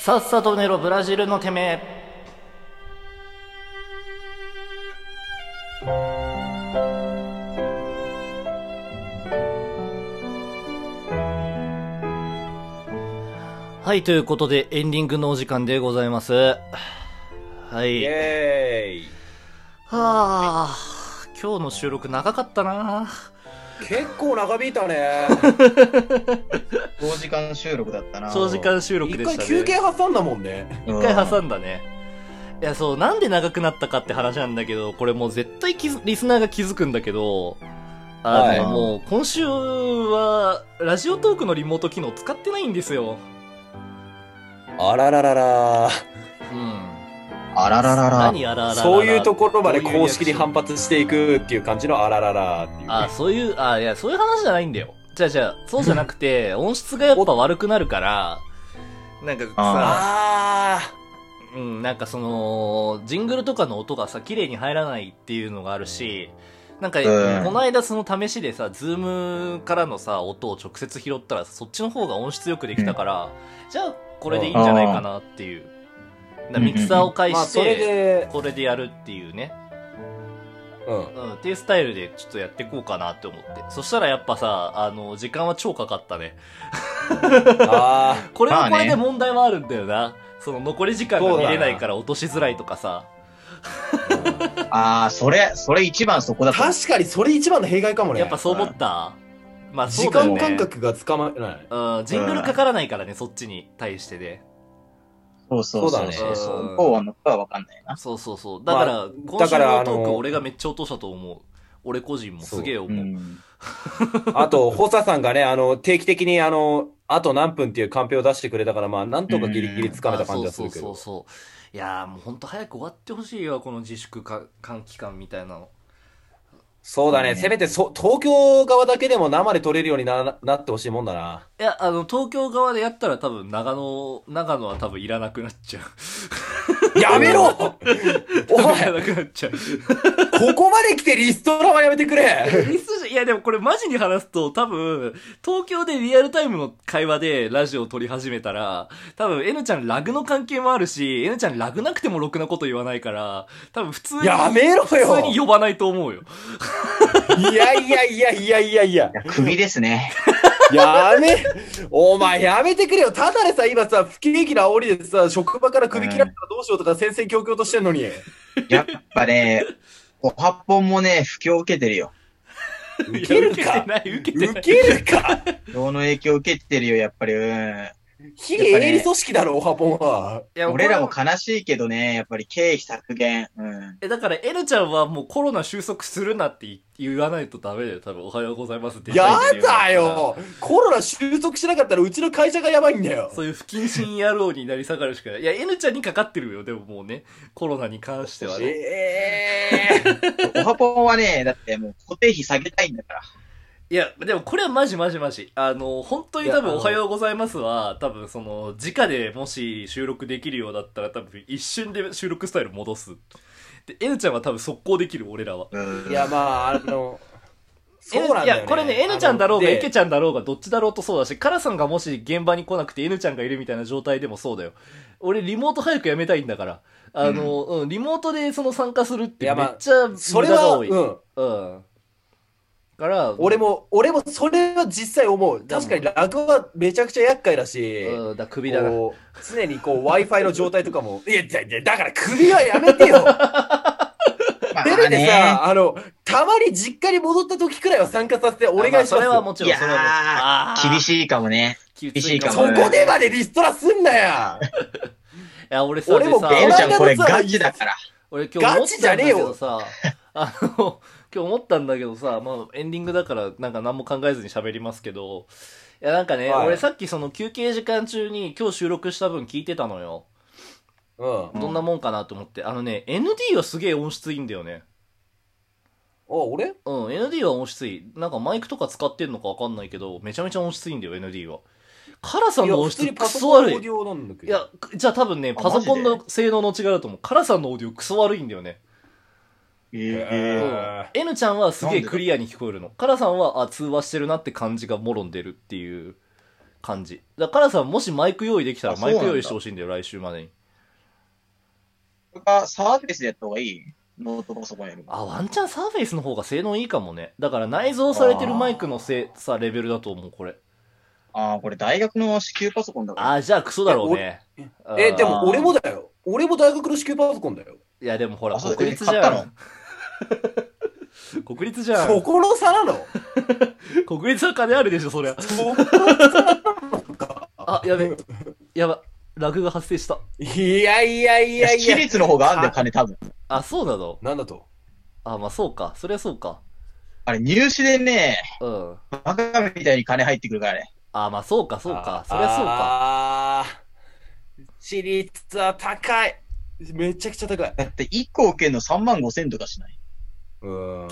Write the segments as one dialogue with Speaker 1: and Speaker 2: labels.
Speaker 1: さっさと寝ろブラジルのてめえはいということでエンディングのお時間でございますはい
Speaker 2: イ
Speaker 1: は
Speaker 2: エーイ
Speaker 1: あ今日の収録長かったな
Speaker 2: 結構長引いたね
Speaker 3: 長時間収録だったな。
Speaker 1: 長時間収録
Speaker 2: 一
Speaker 1: でした
Speaker 2: 回
Speaker 1: ね
Speaker 2: 休憩挟んだもんね
Speaker 3: うん。
Speaker 1: 一回挟んだね。いや、そう、なんで長くなったかって話なんだけど、これもう絶対気づリスナーが気づくんだけど、あの、
Speaker 2: はい
Speaker 1: もう今週は、ラジオトークのリモート機能使ってないんですよ。
Speaker 2: あらららら
Speaker 1: うん。
Speaker 3: あらららら。
Speaker 1: 何あらあららら
Speaker 2: そういうところまで
Speaker 1: どういうリアク
Speaker 2: 公
Speaker 1: ション
Speaker 2: 式に反発していくっていう感じのあらららっていう
Speaker 1: あ、そういう、あ、いや、そういう話じゃないんだよ。じゃあじゃあ、そうじゃなくて、音質がやっぱ悪くなるから、なんかさ、
Speaker 2: あ
Speaker 1: うん、なんかその、ジングルとかの音がさ、綺麗に入らないっていうのがあるし、なんか、
Speaker 3: うん
Speaker 1: この間その試しでさ、ズームからのさ、音を直接拾ったらさそっちの方が音質よくできたから、じゃあ、これでいいんじゃないかなっていう。だからミキサーを
Speaker 2: ー
Speaker 1: 介
Speaker 2: まあ
Speaker 1: して、
Speaker 2: それで
Speaker 1: これでやるっていうね。
Speaker 2: うん
Speaker 1: うん、っていうスタイルでちょっとやっていこうかなって思って。そしたらやっぱさ、あの、時間は超かかったね。
Speaker 2: あ
Speaker 1: これはこれで
Speaker 3: まあね
Speaker 1: 問題はあるんだよな。その残り時間が見れないから落としづらいとかさ。
Speaker 3: ああ、それ、それ一番そこだ
Speaker 2: あ
Speaker 3: った。
Speaker 2: 確かにそれ一番の弊害かもね
Speaker 1: やっぱそう思った。まあ
Speaker 2: 時
Speaker 1: そうだよ
Speaker 2: 間
Speaker 1: ね。
Speaker 2: 感覚がつかまない
Speaker 1: うん、ジングルかからないからね、そっちに対してで。
Speaker 3: そうそう
Speaker 2: そうだ
Speaker 3: そう。
Speaker 2: ね
Speaker 3: そうそう
Speaker 1: うん
Speaker 3: 向こうはのかはわかんないな。
Speaker 1: そうそうそう。だから、
Speaker 2: まあ
Speaker 1: 今週
Speaker 2: だから
Speaker 1: の
Speaker 2: あ
Speaker 1: トーク
Speaker 2: の
Speaker 1: 俺がめっちゃ落としたと思う。俺個人もすげえ思
Speaker 3: う
Speaker 1: う。
Speaker 3: ん。
Speaker 2: あと、ホサさんがね、あの、定期的に、あの、あと何分っていうカンペを出してくれたから、まあ、なんとかギリギリつかめた感じはするけ
Speaker 1: あそうそう
Speaker 2: ど。
Speaker 1: そうそう。いやーもうほんと早く終わってほしいよ、この自粛か、換期間みたいなの。
Speaker 2: そうだ
Speaker 3: う
Speaker 2: ね。
Speaker 3: ん
Speaker 2: せめてそ、東京側だけでも生で撮れるようにな、なってほしいもんだな。
Speaker 1: いや、あの、東京側でやったら多分長野、長野は多分いらなくなっちゃう。
Speaker 2: やめろお
Speaker 1: 多分
Speaker 2: い
Speaker 1: いらなくなっちゃう。
Speaker 2: ここまで来てリストラはやめて くれ
Speaker 1: リスじゃいやでもこれマジに話すと多分、東京でリアルタイムの会話でラジオを撮り始めたら、多分 N ちゃんラグの関係もあるし、N ちゃんラグなくてもろくなこと言わないから、多分普通に、
Speaker 2: やめろ
Speaker 1: 普通に
Speaker 2: よ
Speaker 1: 呼ばないと思うよ。
Speaker 2: いやいやいやいやいやいや
Speaker 3: い。や、首ですね。
Speaker 2: やめ、お前やめてくれよ。ただでさ、今さ、不景気な煽りでさ、職場から首切られたらどうしようとか戦々恐々としてんのに。
Speaker 3: やっぱね、 お八本もね、不況を受けてるよ。
Speaker 2: 受ける
Speaker 1: いや
Speaker 2: か
Speaker 1: 受けてない、受けてな
Speaker 2: 受
Speaker 1: い。
Speaker 2: けるか
Speaker 3: 票の影響を受けてるよ、やっぱり。うん。
Speaker 2: 非営利組織だろ、オハポンは。
Speaker 1: いや
Speaker 3: 俺らも
Speaker 1: これは
Speaker 3: 悲しいけどね、やっぱり経費削減。うん。
Speaker 1: え、だから N ちゃんはもうコロナ収束するなって言言わないとダメだよ。多分おはようございますって言
Speaker 2: や
Speaker 1: ったりする
Speaker 2: だよコロナ収束しなかったらうちの会社がやばいんだよ
Speaker 1: そういう不謹慎野郎になり下がるしかない。いや、N ちゃんにかかってるよ、でももうね。コロナに関してはね。
Speaker 2: ええ
Speaker 3: おはぽんはね、 だってもう固定費下げたいんだから。
Speaker 1: いや、でもこれはマジマジマジ。あの、本当に多
Speaker 2: いやあ
Speaker 1: 分
Speaker 2: の
Speaker 1: おはようございますは、多分その、直でもし収録できるようだったら多分一瞬で収録スタイル戻す。で、N ちゃんは多分速攻できる、俺らは。
Speaker 3: うん。
Speaker 2: いや、まあ、あの、そうなんだよ、ね。
Speaker 1: いや、これね、N ちゃんだろうが、
Speaker 2: で
Speaker 1: エケちゃんだろうが、どっちだろうとそうだし、カラさんがもし現場に来なくて N ちゃんがいるみたいな状態でもそうだよ。俺、リモート早くやめたいんだから。あの、うん、リモートでその参加するってめっ
Speaker 2: いやまあ
Speaker 1: ちゃ
Speaker 2: そ
Speaker 1: 無
Speaker 2: れ
Speaker 1: 駄が
Speaker 2: は、
Speaker 1: 多い。
Speaker 2: うん。
Speaker 1: うん。から、
Speaker 2: 俺も、俺もそれは実際思う。
Speaker 1: でも
Speaker 2: 確かに落語はめちゃくちゃ厄介だし、
Speaker 1: うん、だ、首だな。
Speaker 2: こう常にこう Wi-Fi の状態とかも、い や、いやいやだから首はやめてよ
Speaker 3: まあ
Speaker 2: テレビでさ、あの、たまに実家に戻った時くらいは参加させてお願い
Speaker 1: ま
Speaker 2: しま
Speaker 1: あ
Speaker 2: す
Speaker 1: そ
Speaker 2: よ。
Speaker 1: れはもちろん、
Speaker 3: いやー
Speaker 1: それはもちろんあー
Speaker 3: 厳しいかもね。
Speaker 1: き
Speaker 3: 厳しいか
Speaker 2: そ
Speaker 3: もね
Speaker 2: こでまでリストラすんなや
Speaker 1: いや、俺さ、
Speaker 2: 俺も
Speaker 1: でさ
Speaker 2: ベ
Speaker 3: エ
Speaker 2: ル
Speaker 3: ルちゃん
Speaker 2: お前が
Speaker 3: これ
Speaker 2: どうぞ
Speaker 3: ガチだから。
Speaker 1: 俺今日思ったんだけど
Speaker 2: ガチ
Speaker 1: さ、 あの、今日思ったんだけどさ、まあエンディングだからなんか何も考えずに喋りますけど、いやなんかね、
Speaker 2: はい
Speaker 1: 俺さっきその休憩時間中に今日収録した分聞いてたのよ。
Speaker 2: うん。
Speaker 1: どんなもんかなと思って。あのね、ND はすげえ音質いいんだよね。
Speaker 2: お、俺
Speaker 1: うん、ND は音質いい。なんかマイクとか使ってんのかわかんないけど、めちゃめちゃ音質いいんだよ、ND は。カラさんの音質クソ悪
Speaker 2: オー
Speaker 1: い
Speaker 2: デ。ィオなんだけ
Speaker 1: い
Speaker 2: ど。
Speaker 1: や、くじゃあ多分ね、
Speaker 3: あ
Speaker 1: パソコン
Speaker 3: マ
Speaker 1: の性能の違いだと思う。カラさんのオーディオクソ悪いんだよね。
Speaker 2: え
Speaker 1: う
Speaker 2: ー
Speaker 1: ん N ちゃんはすげえクリアに聞こえるの。カラさんは、あ、通話してるなって感じがもろんでるっていう感じ。だからさん、もしマイク用意できたら
Speaker 3: あそ
Speaker 1: マ
Speaker 3: うなん
Speaker 1: イ
Speaker 3: だ
Speaker 1: ク用意してほしいんだよ、来週までに。
Speaker 3: それか、サーフェイスでやった方がいいノートパソコンよりも。
Speaker 1: あ、ワンチャンサーフェイスの方が性能いいかもね。だから内蔵されてるマイクのせいさ、レベルだと思う、これ。
Speaker 3: ああ、これ大学の支給パソコンだから。
Speaker 1: あー、じゃあクソだろうね。
Speaker 2: え
Speaker 1: あー
Speaker 2: でも俺もだよ。俺も大学の支給パソコンだよ。
Speaker 1: いや、でもほら、
Speaker 3: あそう
Speaker 1: 国立じ
Speaker 3: 買った
Speaker 1: ゃ
Speaker 3: の
Speaker 1: ん。 国立じゃ
Speaker 2: そ
Speaker 1: ん。
Speaker 2: この差なの
Speaker 1: 国立は金あるでしょ、そりゃ。
Speaker 2: そ
Speaker 1: あ、や べ。やば。ラグが発生した。
Speaker 2: いやいやいやい
Speaker 3: 私
Speaker 2: や。
Speaker 3: 立の方があんだよ、金多分。
Speaker 1: あ、そうなの
Speaker 2: なんだと
Speaker 1: あ、まあそうか。そりゃそうか。
Speaker 3: あれ、入試でね、
Speaker 1: うん。
Speaker 3: バカみたいに金入ってくるからね。
Speaker 1: あ、まあそうか、そうか。そりゃそうか。
Speaker 2: あー私立は高い。めちゃくちゃ高い。
Speaker 3: だって1個受けるの3万5千とかしない。
Speaker 2: うん。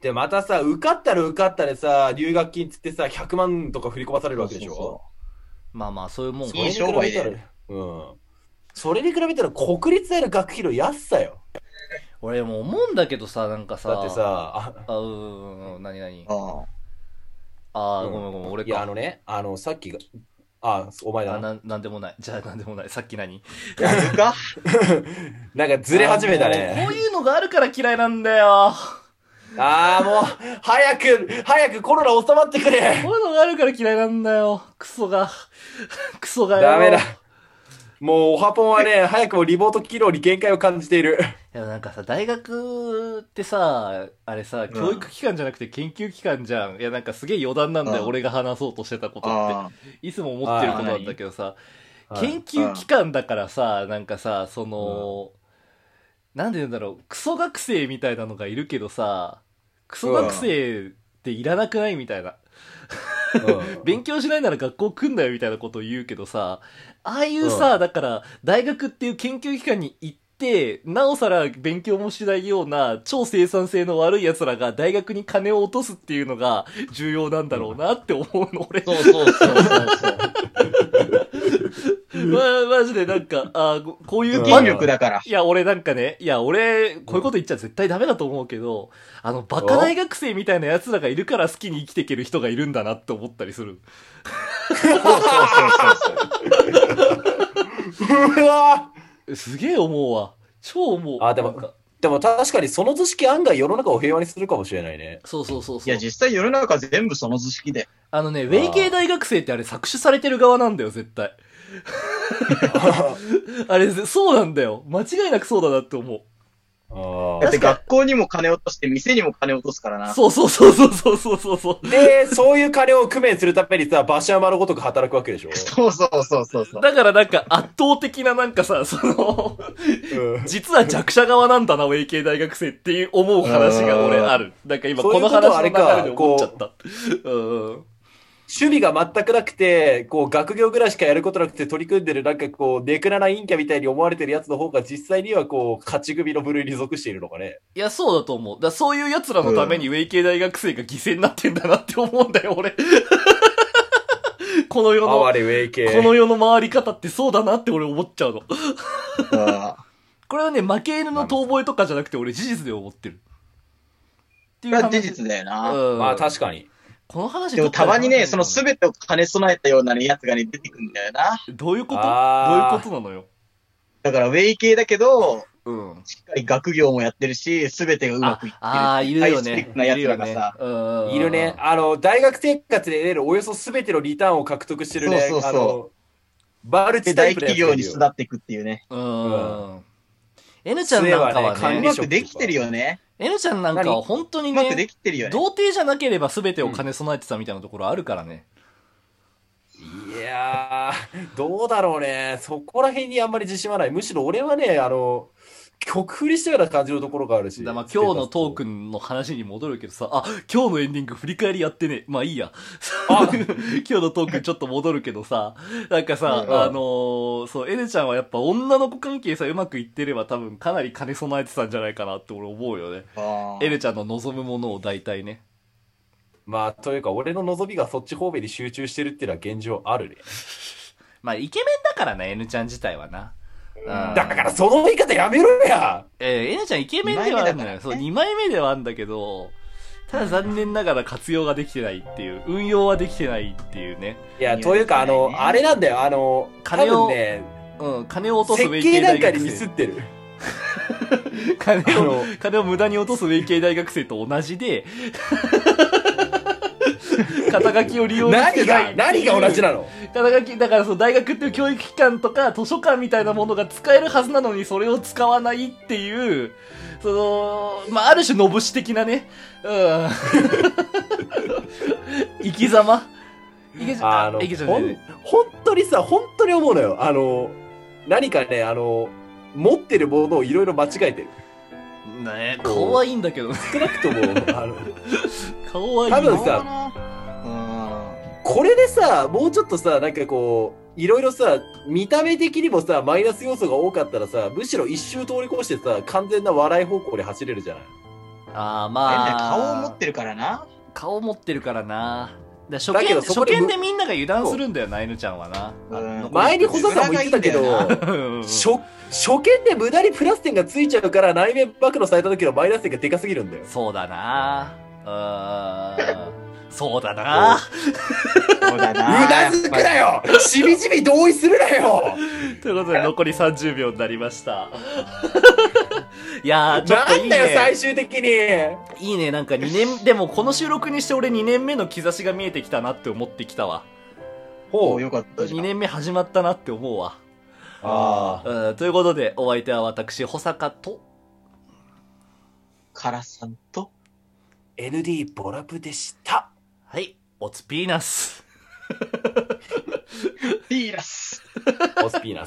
Speaker 2: で、またさ、受かったら受かったでさ、留学金つってさ、100万とか振り込まされるわけでしょ。
Speaker 1: まあまあ、そういうもん
Speaker 2: そ
Speaker 1: か
Speaker 2: れ
Speaker 3: い
Speaker 2: に
Speaker 3: い
Speaker 2: 比
Speaker 3: 商売
Speaker 2: べ
Speaker 3: だ
Speaker 2: た
Speaker 3: よ
Speaker 2: ら、うん。それに比べたら国立大の学費の安さよ。
Speaker 1: 俺もう思うんだけどさ、なんかさ。
Speaker 2: だってさ、あ
Speaker 1: あ、うーん、なになに
Speaker 3: そうそう。あ
Speaker 1: あー、
Speaker 2: うん
Speaker 1: ごめんごめん、俺
Speaker 2: いや、あ
Speaker 1: か。
Speaker 2: のね、あの、さっきが、あ、お前
Speaker 1: あ、
Speaker 2: だな。
Speaker 1: なん、なんでもない。じゃあ、なんでもない。さっき何
Speaker 3: あ。やるか
Speaker 2: なんかずれ始めた
Speaker 1: あもうこ
Speaker 2: ね。
Speaker 1: ういうのがあるから嫌いなんだよ。
Speaker 2: あーもう、早く、早くコロナ収まってくれ。
Speaker 1: こういうのがあるから嫌いなんだよ。クソが。クソがよ。
Speaker 2: ダメだ
Speaker 1: い。
Speaker 2: もう、おはぽんはね、早くもリモート機能に限界を感じている。
Speaker 1: や、なんかさ、大学ってさ、あれさ、教育機関じゃなくて研究機関じゃん。いや、なんかすげえ余談なんだよ。
Speaker 3: うん
Speaker 1: 俺が話そうとしてたことって。
Speaker 3: あ
Speaker 1: いつも思ってることなんだけどさ、研
Speaker 2: はい
Speaker 1: 究機関だからさ、なんかさ、その、なんで言うんだろう、クソ学生みたいなのがいるけどさ、クソ学生っていらなくないみたいな。
Speaker 2: うん
Speaker 1: 勉強しないなら学校来んだよみたいなことを言うけどさ、ああいうさ、だから、大学っていう研究機関に行って、なおさら勉強もしないような、超生産性の悪い奴らが大学に金を落とすっていうのが重要なんだろうなって思うの、俺
Speaker 3: あ。。そうそうそうそうそう。
Speaker 1: まあ、マジでなんか、あーこういう
Speaker 2: うん
Speaker 1: ゲー
Speaker 3: 権
Speaker 1: ム。
Speaker 3: 力だから。
Speaker 1: いや、俺なんかね、いや、俺、こういうこと言っちゃ絶対ダメだと思うけど、あの、バカ大学生みたいな奴らがいるから好きに生きていける人がいるんだなって思ったりする。
Speaker 3: そうそうそうそう。
Speaker 2: うわ
Speaker 1: すげえ思うわ。超思う。
Speaker 2: あでも
Speaker 1: なんか
Speaker 2: でも確かにその図式案外世の中を平和にするかもしれない ね。
Speaker 1: そうそうそう
Speaker 3: い
Speaker 1: そう
Speaker 3: や、。実際世の中全部その図式で。
Speaker 1: あのね、ウェイ系大学生ってあれ作詞されてる側なんだよ、絶対。あれ、そうなんだよ。間違いなくそうだなって思う。
Speaker 2: あ
Speaker 3: だっ
Speaker 1: 確か
Speaker 3: て
Speaker 1: に
Speaker 3: 学校にも金落として、店にも金落とすからな。
Speaker 1: そうそうそうそうそうそうそうそう。
Speaker 2: で、そういう金を工面するためにさ、馬車馬のごとく働くわけでしょ。
Speaker 3: そうそうそうそう そう。
Speaker 1: だからなんか圧倒的ななんかさ、その、
Speaker 2: うん
Speaker 1: 実は弱者側なんだな、ウェイ系大学生っていう思う話が俺ある。なんか今
Speaker 2: そうい
Speaker 1: こ
Speaker 2: うこ
Speaker 1: の
Speaker 2: とは
Speaker 1: 話の
Speaker 2: あ
Speaker 1: 流れ
Speaker 2: れか
Speaker 1: で思っちゃった。うんうん。
Speaker 2: 趣味が全くなくて、こう、学業ぐらいしかやることなくて取り組んでる、なんかこう、ネクラな陰キャみたいに思われてるやつの方が実際にはこう、勝ち組の部類に属しているのかね。
Speaker 1: いや、そうだと思う。だからそういう奴らのためにウェイ系大学生が犠牲になってんだなって思うんだよ、俺。 この世の、こ
Speaker 2: れ、ウェイ系
Speaker 1: の世の回り方ってそうだなって俺思っちゃうの。
Speaker 3: あ
Speaker 1: これはね、負け犬の遠吠えとかじゃなくて俺事実で思ってる。って
Speaker 3: ー
Speaker 1: い
Speaker 3: これは事
Speaker 1: 話
Speaker 3: 実だよな。
Speaker 1: うん。
Speaker 2: まあ確かに。
Speaker 1: この話
Speaker 3: でもたまにね、その
Speaker 1: す
Speaker 3: 全てを兼ね備えたようなねやつがね、出てくるんだよな。
Speaker 1: どういうことどう
Speaker 2: あー
Speaker 1: いうことなのよ。
Speaker 3: だから、ウェイ系だけど、
Speaker 1: うん。
Speaker 3: しっかり学業もやってるし、全てがうまくいってる。
Speaker 1: ああー、いるよ
Speaker 3: ハイスペ
Speaker 1: ね
Speaker 3: ッ。クな奴らがさ
Speaker 1: いるよね
Speaker 2: いるね。。あの、大学生活で得るおよそ全てのリターンを獲得してるね。
Speaker 3: そうそうそ
Speaker 2: あの、マル
Speaker 3: で、
Speaker 2: チタ
Speaker 3: 大
Speaker 2: イプのや
Speaker 3: 企
Speaker 2: つが
Speaker 3: 業
Speaker 2: いる
Speaker 3: に
Speaker 2: よ
Speaker 3: 巣立っていくっていうね。
Speaker 1: うんうんうん。
Speaker 2: う
Speaker 1: うん。N ちゃんなんか
Speaker 2: そ
Speaker 1: は
Speaker 2: れは
Speaker 3: う
Speaker 2: ね
Speaker 1: ね
Speaker 3: ま、くできてるよね。
Speaker 1: N ちゃんなんかは本当に
Speaker 3: うまくで
Speaker 1: ね、
Speaker 3: きてるよね。
Speaker 1: 童貞じゃなければ全てを兼ね備えてたみたいなところあるからね。
Speaker 2: いやー、どうだろうね。そこら辺にあんまり自信はない。むしろ俺はね、あの、曲振りしたような感じのところがあるし。
Speaker 1: だまあ今日のトークの話に戻るけどさ、あ、今日のエンディング振り返りやってね。まあいいや。 今日のトークちょっと戻るけどさ、なんかさ、
Speaker 3: うん
Speaker 1: あのー、そう、エネちゃんはやっぱ女の子関係さ、うまくいってれば多分かなり兼ね備えてたんじゃないかなって俺思うよね。
Speaker 3: あー
Speaker 1: エネちゃんの望むものを大体ね。
Speaker 2: まあ、というか、俺の望みがそっち方面に集中してるっていうのは現状あるね。
Speaker 1: まあ、イケメンだからな、N ちゃん自体はな。うん
Speaker 2: だから、その言い方やめろや
Speaker 1: えー、N ちゃんイケメンではあるのよ。
Speaker 3: 二枚目だからね
Speaker 1: そう、2枚目ではあるんだけど、ただ残念ながら活用ができてないっていう、運用はできてないっていうね。
Speaker 2: いや、というか、あの、あれなんだよ、あの、多
Speaker 1: 金を
Speaker 2: 分ね、
Speaker 1: うん、金を落とすウェ
Speaker 2: 設
Speaker 1: イ
Speaker 2: 計
Speaker 1: 系
Speaker 2: な
Speaker 1: 大
Speaker 2: んかに
Speaker 1: 学
Speaker 2: ミス
Speaker 1: 生。
Speaker 2: ってる。
Speaker 1: 金
Speaker 2: あ
Speaker 1: を、
Speaker 2: の、
Speaker 1: 金を無駄に落とすウェイ系大学生と同じで、 肩書きを利用してな
Speaker 2: 何
Speaker 1: い
Speaker 2: が、何が同じなの
Speaker 1: 肩書き、だからその大学っていう教育機関とか図書館みたいなものが使えるはずなのにそれを使わないっていう、その、まあ、ある種のぶし的なね、うん。 生き様生き様
Speaker 2: あの、
Speaker 1: 生き様
Speaker 2: ほん、本当にさ、本当に思うのよ。あの、何かね、あの、持ってるものをいろいろ間違えて る。
Speaker 1: ね可愛いんだけどね。
Speaker 2: 少なくとも、あの、
Speaker 1: 可愛い。
Speaker 2: 多分さ
Speaker 3: さ、うん。
Speaker 2: これでさ、もうちょっとさ、なんかこう、いろいろさ、見た目的にもさ、マイナス要素が多かったらさ、むしろ一周通り越してさ、完全な笑い方向で走れるじゃない。
Speaker 1: ああ、
Speaker 3: 変
Speaker 1: ま
Speaker 3: な
Speaker 1: あ。
Speaker 3: 顔を持ってるからな。
Speaker 1: 顔持ってるからな。だから
Speaker 2: だ
Speaker 1: 初
Speaker 2: け
Speaker 1: 見
Speaker 2: どそこ
Speaker 1: 初
Speaker 2: で
Speaker 1: 見でみんなが油断するんだよな、犬ちゃんはな。
Speaker 3: うん
Speaker 2: 前に細さんも言ってたけど、
Speaker 3: 裏がいいんだよ
Speaker 2: 初初見で無駄にプラス点がついちゃうから内面暴露された時のマイナス点がでかすぎるんだよ。
Speaker 1: そうだな。うん。そうだな。
Speaker 3: そうだな。
Speaker 2: うなずくなよしみじみ同意するなよ
Speaker 1: ということで、残り30秒になりました。 いやー、ちょっと
Speaker 2: ない
Speaker 1: い
Speaker 2: んだよ、
Speaker 1: ね。
Speaker 2: 最終的に
Speaker 1: いいね、なんか2年、でもこの収録にして俺2年目の兆しが見えてきたなって思ってきたわ。
Speaker 2: ほ
Speaker 3: およかったじゃ
Speaker 1: 2
Speaker 3: ん。
Speaker 1: 年目始まったなって思うわ。
Speaker 2: あ
Speaker 1: うん、ということで、お相手は私、保坂と、
Speaker 3: カラさんと、
Speaker 2: ND ボラブでした。
Speaker 1: はい、おつピーナス。
Speaker 3: ピーラス。
Speaker 2: オスピーナス。